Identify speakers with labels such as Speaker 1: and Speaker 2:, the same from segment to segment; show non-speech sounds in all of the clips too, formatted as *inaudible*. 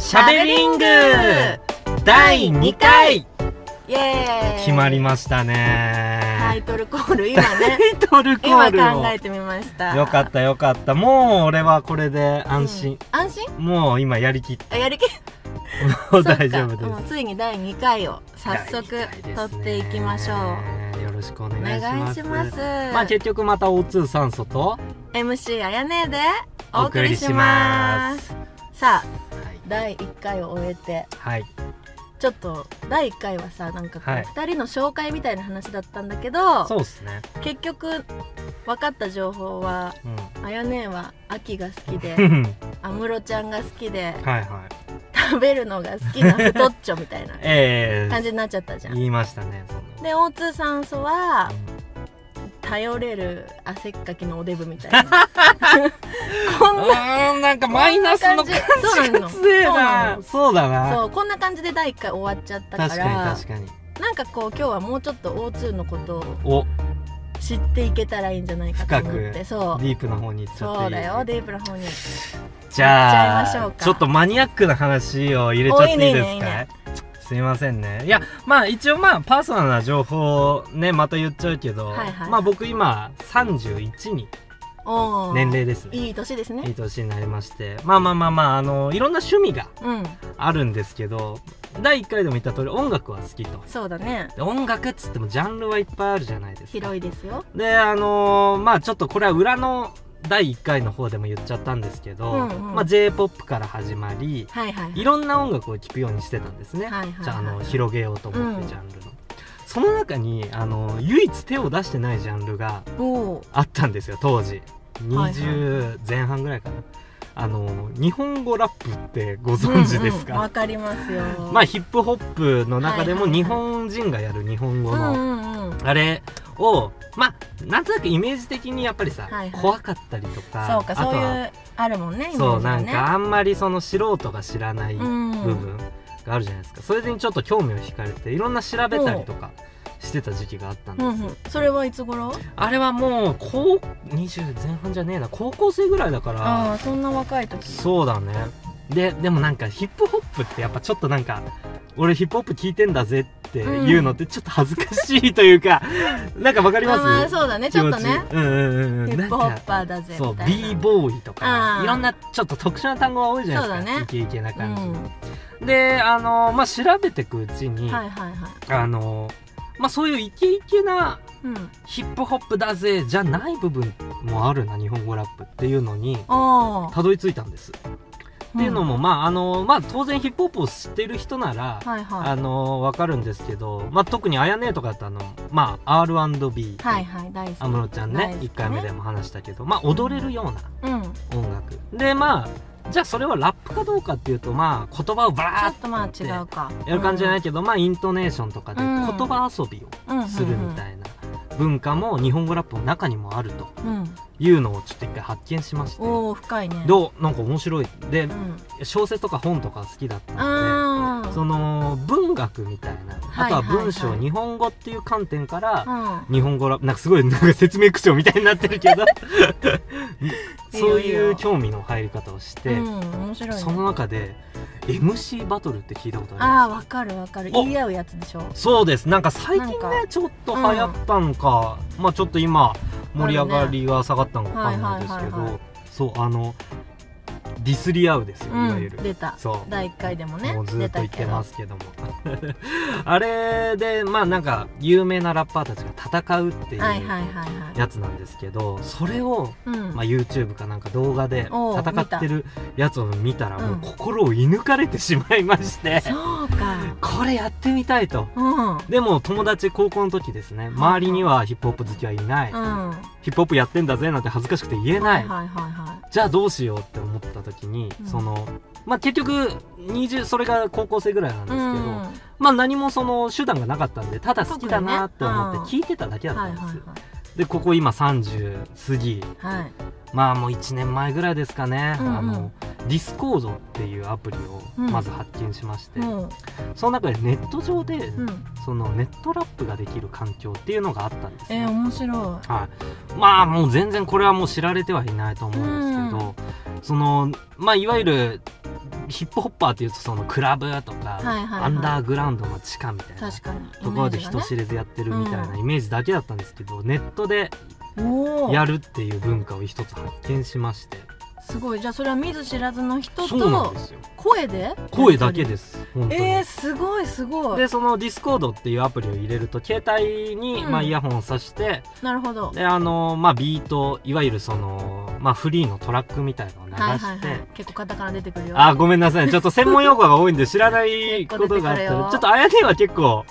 Speaker 1: しゃべりング第2回
Speaker 2: イエーイ
Speaker 1: 決まりまし
Speaker 2: タ
Speaker 1: た
Speaker 2: イ
Speaker 1: ね
Speaker 2: トルコール今ね
Speaker 1: イ *laughs* トル
Speaker 2: 今考えてみました
Speaker 1: よかったよかったもう俺はこれで安心、
Speaker 2: うん安心
Speaker 1: もう今やりきっ
Speaker 2: あや
Speaker 1: *laughs*
Speaker 2: る気
Speaker 1: た大丈夫です
Speaker 2: そっかうんついに第2回を早速撮っていきましょう
Speaker 1: うよろしくお願
Speaker 2: お
Speaker 1: いしま
Speaker 2: 願い
Speaker 1: す
Speaker 2: します
Speaker 1: まあ結局また O2 酸素と
Speaker 2: MC あやねで
Speaker 1: お
Speaker 2: お
Speaker 1: 送
Speaker 2: 送
Speaker 1: り
Speaker 2: り
Speaker 1: し
Speaker 2: し
Speaker 1: ま
Speaker 2: ますすさあ
Speaker 1: はい
Speaker 2: 第1回を終えて
Speaker 1: はい
Speaker 2: ちょっと第1回はさなんかこう
Speaker 1: はい
Speaker 2: 2人の紹介みたいな話だったんだけど、
Speaker 1: そうっすね
Speaker 2: 結局分かった情報はあやねは秋が好き
Speaker 1: *laughs*
Speaker 2: で
Speaker 1: うん
Speaker 2: 安室ちゃんが好きで
Speaker 1: はいはい
Speaker 2: 食べるのが好きな太っちょみたいな
Speaker 1: *laughs* ええ
Speaker 2: 感じになっちゃったじゃん。で
Speaker 1: 言いましたねそんな
Speaker 2: O2 酸素は頼れる汗っかきのおデブみたい
Speaker 1: *laughs*
Speaker 2: なこんな
Speaker 1: うーんなんかマイナスの感じが強えなそうだな
Speaker 2: そうこんな感じで第1回終わっちゃったから
Speaker 1: 確かに確かに
Speaker 2: なんかこう今日はもうちょっと O2 のことを
Speaker 1: お
Speaker 2: 知っていけたらいいんじゃないかと思っ
Speaker 1: 深く
Speaker 2: てそう
Speaker 1: ディープな方に行っちゃっていい
Speaker 2: そうだよデープの方に
Speaker 1: じゃあ
Speaker 2: 行っちゃいましょうか
Speaker 1: ちょっとマニアックな話を入れちゃっていいですか
Speaker 2: おいいねいいねいいね
Speaker 1: すいませんねいやまあ一応まあパーソナルな情報をねまた言っちゃうけど、
Speaker 2: はいはい
Speaker 1: まあ僕今31に
Speaker 2: おー
Speaker 1: 年齢ですね
Speaker 2: いい年です
Speaker 1: い
Speaker 2: ね
Speaker 1: い年になりましてまあまあまあまああのいろんな趣味が
Speaker 2: うん
Speaker 1: あるんですけど第1回でも言った通り音楽は好きと
Speaker 2: そうだね
Speaker 1: で音楽っつってもジャンルはいっぱいあるじゃないですか
Speaker 2: 広いですよ
Speaker 1: であのーまあちょっとこれは裏の第1回の方でも言っちゃったんですけど、
Speaker 2: うんうん
Speaker 1: まあ、j p o p から始まり
Speaker 2: はいはいはい
Speaker 1: いろんな音楽を聴くようにしてたんですね、
Speaker 2: はいはいはい
Speaker 1: じゃああの広げようと思って、
Speaker 2: うん
Speaker 1: ジャンルのその中にあの唯一手を出してないジャンルが
Speaker 2: おー
Speaker 1: あったんですよ当時
Speaker 2: はいはい
Speaker 1: 20前半ぐらいかな、あの日本語ラップってご存知です
Speaker 2: うんうんわ、
Speaker 1: か、
Speaker 2: かりますよ
Speaker 1: まあヒップホップの中でも
Speaker 2: はいはいはい
Speaker 1: 日本人がやる日本語の、
Speaker 2: うんうんうん
Speaker 1: あれをまあなんとなくイメージ的にやっぱりさ、
Speaker 2: はいはい
Speaker 1: 怖かったりとか
Speaker 2: そうか
Speaker 1: あと
Speaker 2: そう
Speaker 1: は
Speaker 2: いうあるもんねイメ
Speaker 1: そ
Speaker 2: ー
Speaker 1: う
Speaker 2: ジ
Speaker 1: な
Speaker 2: が
Speaker 1: ん
Speaker 2: ね
Speaker 1: かあんまりその素人が知らない部
Speaker 2: うん
Speaker 1: 分があるじゃないですか、それでちょっと興味を惹かれていろんな調べたりとかしてた時期があったんで
Speaker 2: う
Speaker 1: すよ、
Speaker 2: んうんそれはいつ頃
Speaker 1: あれはもう高20前半じゃねえな高校生ぐらいだか
Speaker 2: あ
Speaker 1: ら
Speaker 2: あそんな若い時
Speaker 1: そうだねででもなんかヒップホップってやっぱちょっとなんか俺ヒップホップ聞いてんだぜっていうのってちょっと恥ずかしいというか、なんかわかります、
Speaker 2: ああそうだねちょっとね
Speaker 1: 気持ちうんうんうん
Speaker 2: ヒ
Speaker 1: うん
Speaker 2: ップホ
Speaker 1: なん
Speaker 2: ッ
Speaker 1: か
Speaker 2: パーだぜみたいな
Speaker 1: そう b ボーイとか
Speaker 2: あー
Speaker 1: いろんなちょっと特殊な単語が多いじゃないです
Speaker 2: そ
Speaker 1: か、
Speaker 2: うだね
Speaker 1: イケイケな感じ、
Speaker 2: う
Speaker 1: であのまあ調べてくうちに、
Speaker 2: ん、はいはいはい、
Speaker 1: あのまあそういうイケイケな
Speaker 2: うん、
Speaker 1: ヒップホップだぜじゃない部分もあるな日本語ラップっていうのに
Speaker 2: ああ
Speaker 1: たどり着いたんです、っていうのもまああのまあ当然ヒップホップを知ってる人なら、
Speaker 2: はいは
Speaker 1: あのわかるんですけど、まあ、特にあやねとかってあの、まあ、R&B
Speaker 2: いはいはい大好き
Speaker 1: 安室ちゃんね
Speaker 2: 大好き
Speaker 1: 1回目でも話したけど、まあ、踊れるよう
Speaker 2: うんち
Speaker 1: な音楽、でまあじゃあそれはラップかどうかっていうとまあ言葉をバ
Speaker 2: ょ
Speaker 1: ラー
Speaker 2: っとまあ違うか
Speaker 1: ッやる感じじゃないけど、まあイントネーションとかで
Speaker 2: う
Speaker 1: 言
Speaker 2: ん
Speaker 1: 葉遊び
Speaker 2: うんうんうんう
Speaker 1: を
Speaker 2: ん
Speaker 1: するみたいな文化も日本語ラップの中にもあると
Speaker 2: うん
Speaker 1: いうのをちょっと一回発見しまして
Speaker 2: おお深いねう、
Speaker 1: どうなんか面白いで
Speaker 2: うん、
Speaker 1: 小説とか本とか好きだったんで
Speaker 2: ああ
Speaker 1: その文学みたいなあ
Speaker 2: はいはいはい
Speaker 1: とは文章、日本語っていう観点から
Speaker 2: うん
Speaker 1: 日本語ラなんかすごいなんか説明口調みたいになって
Speaker 2: *laughs*
Speaker 1: るけどそう
Speaker 2: いいよいい
Speaker 1: いう
Speaker 2: よ
Speaker 1: 興味の入り方をして、
Speaker 2: うん、面白い、ね、
Speaker 1: その中で MC バトルって聞いたことあり
Speaker 2: ああ
Speaker 1: ま
Speaker 2: わかるわかる
Speaker 1: お
Speaker 2: 言い合うやつでしょ
Speaker 1: すそうですなんか最近ね
Speaker 2: なん
Speaker 1: ちょっと流行ったんか、まあちょっと今盛り上がりが下がったのかわかんないですけ
Speaker 2: は
Speaker 1: ど、
Speaker 2: いはいはいは
Speaker 1: そうあのディスり合うですよ、
Speaker 2: うん
Speaker 1: いわゆる
Speaker 2: 出た
Speaker 1: そう
Speaker 2: 第一回でもね
Speaker 1: もうずっと言ってますすけども *laughs* あれでまあなんか有名なラッパーたちが戦うっていう、
Speaker 2: はいはいはいはい
Speaker 1: やつなんですけどそれを、
Speaker 2: うん、
Speaker 1: まあ、YouTube かなんか動画で
Speaker 2: おう
Speaker 1: 戦ってるやつを見たら
Speaker 2: うん
Speaker 1: もう心を射抜かれてしまいまして、
Speaker 2: そうか
Speaker 1: これやってみたいと
Speaker 2: うん
Speaker 1: でも友達高校の時ですね周りにはヒップホップ好きはいない、
Speaker 2: うんは
Speaker 1: ヒップホップやってんだぜなんて恥ずかしくて言え
Speaker 2: い
Speaker 1: な、
Speaker 2: はいいはいは
Speaker 1: じゃあどうしようって思った時に、
Speaker 2: うん
Speaker 1: そのまあ結局20それが高校生ぐらいなん
Speaker 2: い
Speaker 1: ですけど、
Speaker 2: うんは
Speaker 1: まあ何もその手段がなかったんでただ好きだなって思って
Speaker 2: 特
Speaker 1: 聞いてただけだ
Speaker 2: い
Speaker 1: っ
Speaker 2: は
Speaker 1: た
Speaker 2: い
Speaker 1: んです、
Speaker 2: は
Speaker 1: でここ今30過ぎ
Speaker 2: いはい
Speaker 1: まあもう1年前ぐらいですかね、
Speaker 2: うんうん
Speaker 1: あのディスコードっていうアプリを
Speaker 2: うん
Speaker 1: まず発見しまして、
Speaker 2: もう
Speaker 1: その中でネット上で、
Speaker 2: うん
Speaker 1: そのネットラップができる環境っていうのがあったんです
Speaker 2: えー、
Speaker 1: ね、
Speaker 2: 面白
Speaker 1: はい、まあもう全然これはもう知られてはいないと思うんですけど、そのまあいわゆるヒップホッパーっていうとそのクラブとか、
Speaker 2: はいはいはい
Speaker 1: アンダーグラウンドの地下みたいな
Speaker 2: 確かに
Speaker 1: ところで人
Speaker 2: り
Speaker 1: 知れずやってるみたいな
Speaker 2: うん
Speaker 1: イメージだけだったんですけど、ネットで
Speaker 2: お
Speaker 1: や
Speaker 2: ー
Speaker 1: るっていう文化を一つ発見しまして
Speaker 2: すごいじゃあそれは見ず知らずの人
Speaker 1: そうなん
Speaker 2: と
Speaker 1: ですよ
Speaker 2: 声で
Speaker 1: 声だけです本当に、
Speaker 2: えー、すごいすごい
Speaker 1: でそのディスコードっていうアプリを入れると携帯に、
Speaker 2: うん
Speaker 1: まあ、イヤホンを挿して
Speaker 2: なるほど
Speaker 1: であの、まあ、ビートいわゆるその、まあ、フリーのトラックみたいのを流して、
Speaker 2: はいはいはい結構カタカナ出てくるよ
Speaker 1: あごめんなさいちょっと専門用語が多いんで知らない
Speaker 2: 結
Speaker 1: こ
Speaker 2: 構出てくるよ
Speaker 1: とがあったらちょっとあやねは結構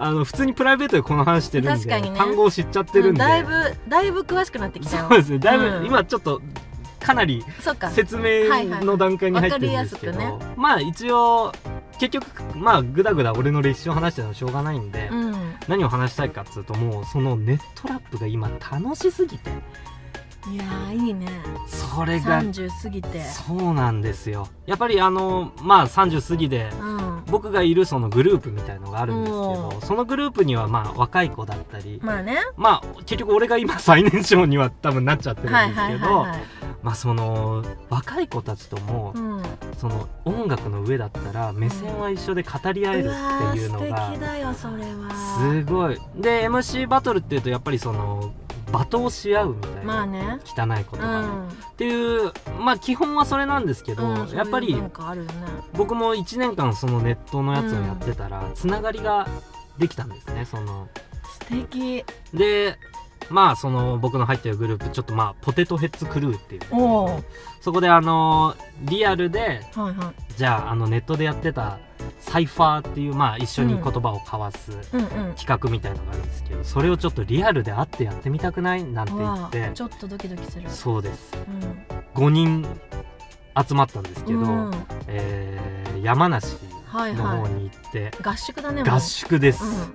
Speaker 1: あの普通にプライベートでこの話してるん
Speaker 2: 確
Speaker 1: で、
Speaker 2: かにね
Speaker 1: 単語を知っちゃってるんで、
Speaker 2: うんだいぶだいぶ詳しくなってきた
Speaker 1: そ
Speaker 2: よ
Speaker 1: うですねだいぶ、
Speaker 2: うん
Speaker 1: 今ちょっとかなり
Speaker 2: そっか
Speaker 1: 説明の段階に入ってるんですけど、
Speaker 2: はいはいわか
Speaker 1: まあ一応結局まあグダグダ俺の歴史を話してもしょうがないんで、
Speaker 2: うん
Speaker 1: 何を話したいかっつうともうそのネットラップが今楽しすぎて
Speaker 2: いやーいいね
Speaker 1: それが
Speaker 2: 30過ぎて
Speaker 1: そうなんですよやっぱりあのまあ30過ぎで
Speaker 2: うん
Speaker 1: 僕がいるそのグループみたいのがあるんですけ
Speaker 2: う
Speaker 1: どそのグループにはまあ若い子だったり、
Speaker 2: まあね
Speaker 1: まあ結局俺が今最年少には多分なっちゃってるん
Speaker 2: はい
Speaker 1: です
Speaker 2: はいは
Speaker 1: け
Speaker 2: い
Speaker 1: ど
Speaker 2: はい
Speaker 1: まあその若い子たちとも
Speaker 2: うん
Speaker 1: その音楽の上だったら目線は一緒で語り合えるっていうの
Speaker 2: うわー素
Speaker 1: が
Speaker 2: 敵だよそれは
Speaker 1: すごいで MC バトルっていうとやっぱりその罵倒し合うみたい
Speaker 2: まあ
Speaker 1: な
Speaker 2: ね
Speaker 1: 汚い言
Speaker 2: う
Speaker 1: 葉で、
Speaker 2: ん
Speaker 1: っていうまあ基本はそれなんですけど、
Speaker 2: うん
Speaker 1: やっぱり
Speaker 2: そういう文化あるよね
Speaker 1: 僕も1年間そのネットのやつをやってたら、つながりができたんですねその
Speaker 2: 素敵
Speaker 1: でまあその僕の入ってるグループちょっとまあポテトヘッズクルーっていう
Speaker 2: おおはい
Speaker 1: そこであのリアルで
Speaker 2: は
Speaker 1: じゃああのネットでやってたサイファーっていうまあ一緒に言葉を交わす
Speaker 2: いうんうん
Speaker 1: 企画みたいのがあるんですけどそれをちょっとリアルで会ってやってみたくないなんて
Speaker 2: う
Speaker 1: 言
Speaker 2: わ
Speaker 1: って
Speaker 2: あちょっとドキドキする
Speaker 1: そうです
Speaker 2: うん
Speaker 1: 5人集まったんですけど、
Speaker 2: うん
Speaker 1: えー山梨
Speaker 2: はい
Speaker 1: の
Speaker 2: はい
Speaker 1: 方に行って、
Speaker 2: 合宿だね
Speaker 1: 合宿です、
Speaker 2: もう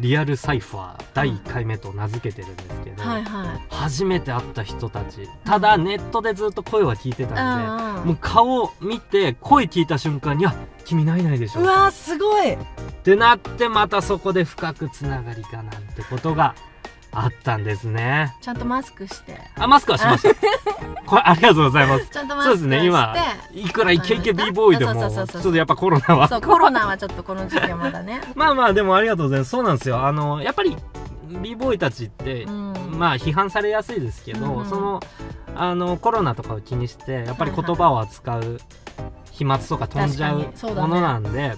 Speaker 1: リアルサイファー第1回目と名付けてるんですけ
Speaker 2: うん
Speaker 1: ど、
Speaker 2: はいはい
Speaker 1: 初めて会った人たちただネットでずっと声は聞いてたんで、
Speaker 2: うんうん
Speaker 1: もう顔を見て声聞いた瞬間に「あ君ないないでしょ」
Speaker 2: うわーすごい
Speaker 1: ってなってまたそこで深くつながりかなんてことがあったんですね
Speaker 2: ちゃんとマスクして
Speaker 1: あマスクはしました
Speaker 2: *laughs*
Speaker 1: これありがとうございます
Speaker 2: ちゃんとマス
Speaker 1: そう
Speaker 2: ク
Speaker 1: で
Speaker 2: して
Speaker 1: すね今いくらイケイケ b ボーイでも
Speaker 2: そう
Speaker 1: ち
Speaker 2: そ
Speaker 1: ょ
Speaker 2: う
Speaker 1: っ
Speaker 2: そうそう
Speaker 1: とやっぱコロナは
Speaker 2: そうコロナはちょっとこの時期はまだ
Speaker 1: *laughs*
Speaker 2: ね
Speaker 1: まあまあでもありがとうございますそうなんですよあのやっぱり b ボーイたちって、
Speaker 2: うん
Speaker 1: まあ批判されやすいですけど、
Speaker 2: うんうん
Speaker 1: そのあのコロナとかを気にしてやっぱり
Speaker 2: はいは
Speaker 1: 言
Speaker 2: い
Speaker 1: 葉を扱う飛沫とか飛んじゃ
Speaker 2: 確かにそう
Speaker 1: う
Speaker 2: だ
Speaker 1: も
Speaker 2: ね
Speaker 1: のなんで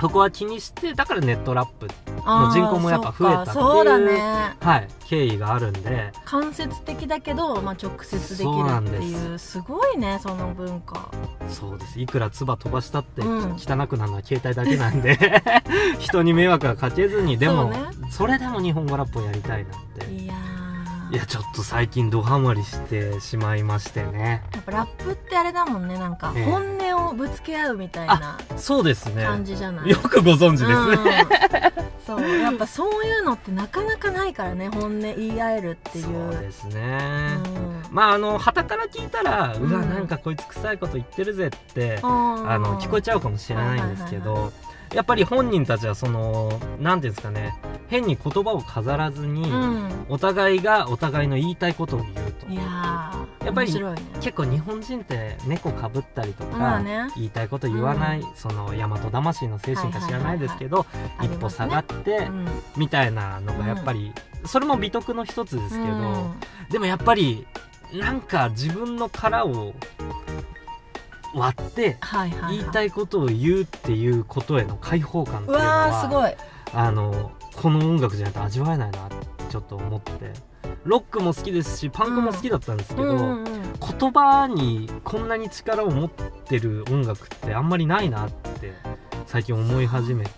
Speaker 1: そ,、こは気にしてだからネットラップもう人口もやっぱ増えたっていう
Speaker 2: そうかそうだね
Speaker 1: はい経緯があるんで
Speaker 2: 間接的だけど、まあ、直接できる
Speaker 1: そうな
Speaker 2: っ
Speaker 1: ん
Speaker 2: て
Speaker 1: で
Speaker 2: いうすごいねその文化
Speaker 1: そうですいくら唾飛ばしたって、
Speaker 2: うん
Speaker 1: 汚くなるのは携帯だけなんで *laughs* 人に迷惑はかけずにでも
Speaker 2: そうね
Speaker 1: そ,、れでも日本語ラップをやりたいなって。
Speaker 2: いやー
Speaker 1: いやちょっと最近ドハマりしてしまいましてね
Speaker 2: やっぱラップってあれだもんねなんか
Speaker 1: ええ
Speaker 2: 本音をぶつけ合うみたいな
Speaker 1: そうですね
Speaker 2: 感じじゃない、
Speaker 1: よくご存知ですね、
Speaker 2: うんそうやっぱそういうのってなかなかないからね本音言い合えるっていう
Speaker 1: そうですね、
Speaker 2: うん
Speaker 1: まああの旗から聞いたら、う
Speaker 2: うん
Speaker 1: わなんかこいつ臭いこと言ってるぜって、
Speaker 2: あ
Speaker 1: あの聞こえちゃうかもしれないんですけど、
Speaker 2: はい
Speaker 1: やっぱり本人たちはその何ていうんですかね変に言葉を飾らずに、
Speaker 2: うん
Speaker 1: お互いがお互いの言いたいことを言うと
Speaker 2: いやー
Speaker 1: やっぱ
Speaker 2: 面
Speaker 1: り
Speaker 2: 白いね
Speaker 1: 結構日本人って猫かぶったりとか、
Speaker 2: まあね
Speaker 1: 言いたいこと言わない、
Speaker 2: う
Speaker 1: その大和魂の精神か知らないですけど、
Speaker 2: あり
Speaker 1: 一
Speaker 2: ま
Speaker 1: 歩
Speaker 2: すね
Speaker 1: 下がって、
Speaker 2: うん
Speaker 1: みたいなのがやっぱり、それも美徳の一つですけど、
Speaker 2: うん
Speaker 1: でもやっぱりなんか自分の殻を割って
Speaker 2: はいはいはい、
Speaker 1: 言いたいことを言うっていうことへの解放感って
Speaker 2: う
Speaker 1: いうの
Speaker 2: わー
Speaker 1: は
Speaker 2: すごい
Speaker 1: あのこの音楽じゃないと味わえないなってちょっと思ってロックも好きですしパンクも好きだったんですけど、
Speaker 2: うんうんうん
Speaker 1: 言葉にこんなに力を持ってる音楽ってあんまりないなって最近思い始めて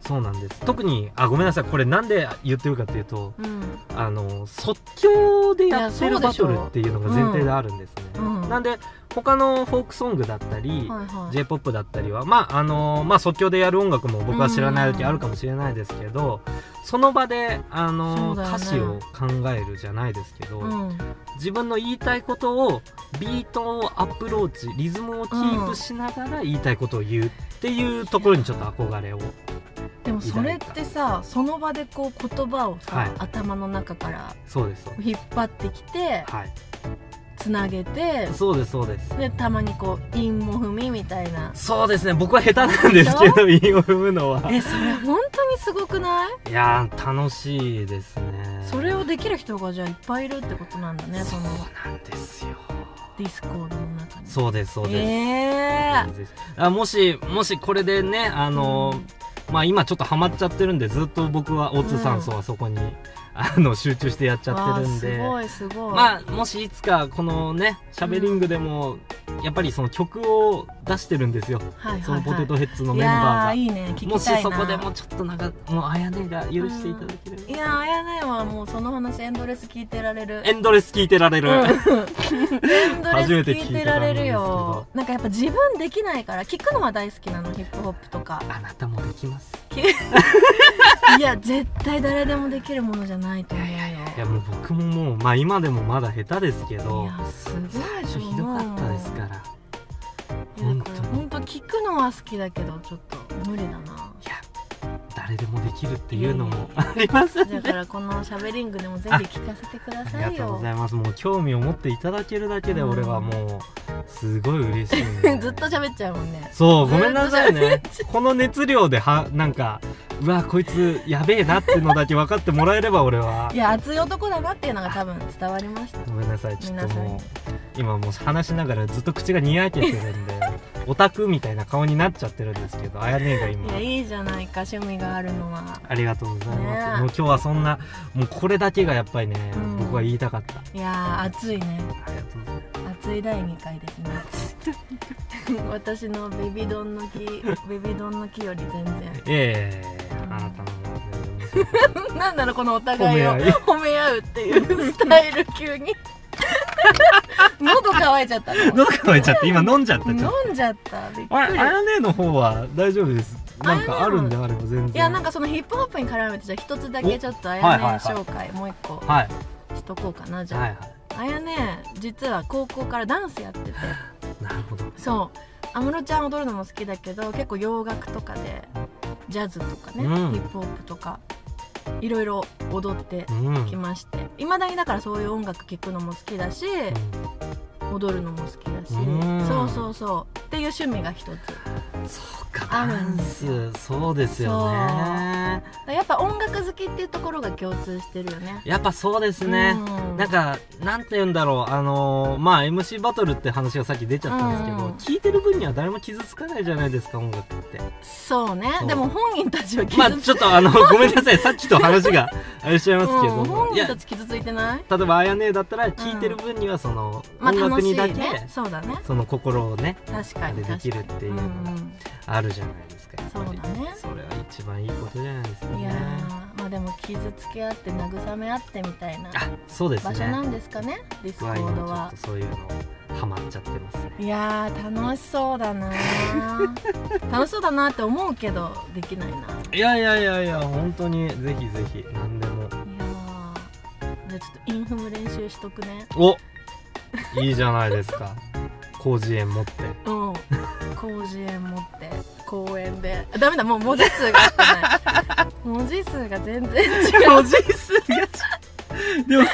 Speaker 1: そうなんです特にあごめんなさいこれなんで言ってるかっていうと
Speaker 2: うん
Speaker 1: あの即興でやって
Speaker 2: いやそ
Speaker 1: る
Speaker 2: うで
Speaker 1: バ
Speaker 2: しょ
Speaker 1: トルっていうのが前提であるんですね、
Speaker 2: うんうん
Speaker 1: なんで他のフォークソングだったり、
Speaker 2: はいはい
Speaker 1: j p o p だったりはまああのまあ即興でやる音楽も僕は知らない時あるかもしれないですけど、その場であ
Speaker 2: そう
Speaker 1: の、
Speaker 2: だよね
Speaker 1: 歌詞を考えるじゃないですけど、
Speaker 2: うん
Speaker 1: 自分の言いたいことをビートをアプローチリズムをキープしながら言いたいことを言うっていうところにちょっと憧れを
Speaker 2: でもそれってさその場でこう言葉をさ、
Speaker 1: はい
Speaker 2: 頭の中から
Speaker 1: そうですそうです
Speaker 2: 引っ張ってきて
Speaker 1: はい
Speaker 2: つなげて
Speaker 1: そうですそうです
Speaker 2: でたまにこう韻も踏みみたいな
Speaker 1: そうですね僕は下手なんですけど韻を踏むのは
Speaker 2: えそれ本当にすごくない
Speaker 1: いやー楽しいですね
Speaker 2: それをできる人がじゃあいっぱいいるってことなんだね
Speaker 1: そ
Speaker 2: そうの
Speaker 1: なんですよ
Speaker 2: ディスコードの中に
Speaker 1: そうですそうです、
Speaker 2: え
Speaker 1: あもしもしこれでねあの、まあ今ちょっとハマっちゃってるんでずっと僕は大津酸素はそこに、あの集中してやっち
Speaker 2: え
Speaker 1: ゃってるんです
Speaker 2: ごいすごい、
Speaker 1: まあもしいつかこのね「しゃべリング」でも、やっぱりその曲を出してるんですよ、
Speaker 2: はいはいはい、
Speaker 1: そのポテトヘッズの
Speaker 2: い
Speaker 1: メン
Speaker 2: や
Speaker 1: バ
Speaker 2: ー
Speaker 1: ーが
Speaker 2: いいね聞きたいな
Speaker 1: もしそこでもちょっとなんかもうあやねが許していただければ、
Speaker 2: いやーあやねはもうその話エンドレス聞いてられる
Speaker 1: エンドレス聞いてられる、
Speaker 2: うんエンドレス
Speaker 1: 初めて聞い
Speaker 2: 聞
Speaker 1: た
Speaker 2: いてられる
Speaker 1: 単語で
Speaker 2: よ
Speaker 1: す
Speaker 2: なんかやっぱ自分できないから聞くのは大好きなのヒップホップと
Speaker 1: *laughs*
Speaker 2: か
Speaker 1: あなたもできます
Speaker 2: いや絶対誰でもできるものじゃないと思うよいや
Speaker 1: いやもう僕ももうまあ今でもまだ下手ですけど
Speaker 2: すごい
Speaker 1: 最初
Speaker 2: と思う
Speaker 1: ひどかったですから
Speaker 2: いや
Speaker 1: 本当に
Speaker 2: 本当聞くのは好きだけどちょっと無理だない
Speaker 1: や誰でもできるっていうのもあります
Speaker 2: だからこのしゃべリングでもぜひ聞かせてくだ
Speaker 1: あ
Speaker 2: さ
Speaker 1: り
Speaker 2: い
Speaker 1: がとう
Speaker 2: よ
Speaker 1: ございますもう興味を持っていただけるだけで
Speaker 2: うん
Speaker 1: 俺はもうすごい嬉しい
Speaker 2: *laughs* *laughs* ずっと
Speaker 1: ゃ
Speaker 2: 喋っちゃうもんね
Speaker 1: そうごめんなさいねこの熱量ではなんかうわこいつやべえなってのだけ分かってもらえれば俺はい
Speaker 2: や熱い男だなっていうのが多分伝わりました
Speaker 1: ごめんなさいちょっとも
Speaker 2: 皆
Speaker 1: う今もう話しながらずっと口がにやけてる
Speaker 2: *laughs*
Speaker 1: んでオタクみたいな顔になっちゃってるんですけどあやねえが今
Speaker 2: いやいいじゃないか趣味があるのは
Speaker 1: ありがとうございます、
Speaker 2: ねえ
Speaker 1: もう今日はそんなもうこれだけがやっぱりね、
Speaker 2: うん
Speaker 1: 僕は言いたかった
Speaker 2: いやー熱いね
Speaker 1: ありがとうございます
Speaker 2: 熱い第2回ですね
Speaker 1: *laughs*
Speaker 2: 私のベビドンの木ベビドンの木より全然
Speaker 1: ええ
Speaker 2: うん
Speaker 1: あなたのも全然
Speaker 2: なんだろうこのお互いを
Speaker 1: 褒め合い
Speaker 2: 褒め合うって
Speaker 1: *laughs*
Speaker 2: いうスタイル急に *laughs* 喉乾いちゃったの
Speaker 1: *laughs* 喉乾いちゃって今飲んじゃったちょっと
Speaker 2: 飲んじゃったびっ
Speaker 1: あ
Speaker 2: くり
Speaker 1: れあやねえの方は大丈夫ですなんかあ
Speaker 2: あやねえ
Speaker 1: る
Speaker 2: の
Speaker 1: んであれば全然
Speaker 2: いやなんかそのヒップホップに絡めてじゃあ一つだけちょっとあや
Speaker 1: はい
Speaker 2: ね
Speaker 1: はいはい
Speaker 2: 紹介もう一個
Speaker 1: はい
Speaker 2: しとこうかなじ
Speaker 1: はい
Speaker 2: ゃ
Speaker 1: は
Speaker 2: ああやね実は高校からダンスやってて
Speaker 1: いなるほど
Speaker 2: そう安室ちゃん踊るのも好きだけど結構洋楽とかでジャズとかね、
Speaker 1: うん
Speaker 2: ヒップホップとかいろいろ踊って
Speaker 1: うん、うん
Speaker 2: きましていま、未だにだからそういう音楽聴くのも好きだし、踊るのも好きだし、
Speaker 1: うん
Speaker 2: そうそうそうっていう趣味が一つだか
Speaker 1: そうか
Speaker 2: あ
Speaker 1: ダ
Speaker 2: るん
Speaker 1: ン
Speaker 2: です
Speaker 1: スそうですよね
Speaker 2: らやっぱ音楽好きっていうところが共通してるよね。
Speaker 1: やっぱそうですね、
Speaker 2: うん
Speaker 1: なんか、なんて言うんだろう、あのーまあ、MC バトルって話がさっき出ちゃったんですけど、
Speaker 2: うん
Speaker 1: 聞いてる分には誰も傷つかないじゃないですか、音楽って。
Speaker 2: そうね
Speaker 1: そう
Speaker 2: でも本人たちは傷つ,、
Speaker 1: まあ、ちょっとあの、ごめんなさい、さっきと話があれしちゃいますけ
Speaker 2: うん
Speaker 1: ど、
Speaker 2: 本
Speaker 1: い
Speaker 2: 人
Speaker 1: や、
Speaker 2: たち傷ついてない
Speaker 1: 例えば、あやねだったら、聞いてる分には、その、
Speaker 2: まあ
Speaker 1: 音
Speaker 2: 楽
Speaker 1: 楽
Speaker 2: し
Speaker 1: に
Speaker 2: い
Speaker 1: だけ、
Speaker 2: ねそうだね
Speaker 1: その心をね、
Speaker 2: 確かに
Speaker 1: でで
Speaker 2: 確
Speaker 1: き
Speaker 2: か
Speaker 1: る
Speaker 2: に
Speaker 1: っていうのが
Speaker 2: んん
Speaker 1: あるじゃないですか、やっぱり
Speaker 2: そうだね
Speaker 1: それは一番いいことじゃないですか、ね。
Speaker 2: いやーまあでも傷つけ合って慰め合ってみたいな
Speaker 1: あ、そうです
Speaker 2: 場所な
Speaker 1: ね。
Speaker 2: んですかねディス
Speaker 1: 僕
Speaker 2: コ
Speaker 1: は
Speaker 2: ード
Speaker 1: 今
Speaker 2: は、
Speaker 1: ちょっとそういうの、ハマっちゃってますね。
Speaker 2: いやー楽しそうだな
Speaker 1: *laughs*
Speaker 2: ー楽しそうだなって思うけどできないないや
Speaker 1: いやいやいやいや、本当に、ぜひぜひ、何でも。
Speaker 2: ーじゃあちょっとインフム練習しとくね
Speaker 1: おいいじゃないですか工事園持って
Speaker 2: うん広辞苑持って公園であダメだもう文字数が合ってない
Speaker 1: *laughs*
Speaker 2: 文字数が全然違う
Speaker 1: 文字数がでもなんか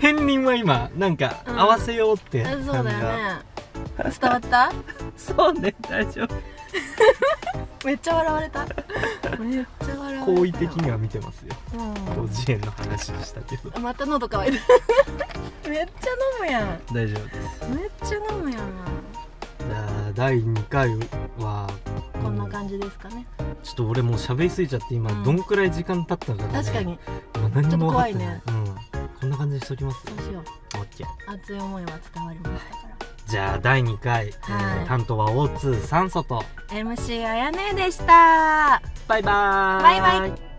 Speaker 1: 片鱗は今なんか
Speaker 2: うん
Speaker 1: 合わせようって
Speaker 2: あ
Speaker 1: 感じが、
Speaker 2: そうだよね伝わった
Speaker 1: そうね大丈夫
Speaker 2: めっちゃ笑われためっちゃ笑われたよ
Speaker 1: 好意的には見てますよ
Speaker 2: う
Speaker 1: 工
Speaker 2: ん
Speaker 1: 事園の話でしたけど
Speaker 2: また喉乾いた *laughs* めっちゃ飲むやん
Speaker 1: 大丈夫です
Speaker 2: めっちゃ飲むやん
Speaker 1: じゃあ第2回は
Speaker 2: こんな
Speaker 1: も
Speaker 2: 感じですかね
Speaker 1: うちょっと俺もう喋りすぎちゃって今
Speaker 2: うん
Speaker 1: どんくらい時間経ったのかがね
Speaker 2: 確かに
Speaker 1: 今何も分かってない
Speaker 2: ちょっ
Speaker 1: うん、こんな感じにしときます
Speaker 2: そうしよう
Speaker 1: オッケー
Speaker 2: 熱い思いは伝わりましたか
Speaker 1: じゃあ第2回、えー
Speaker 2: はい
Speaker 1: 担当は O2 酸素と
Speaker 2: ら MC あやねでした
Speaker 1: バイバーイ
Speaker 2: バイバイ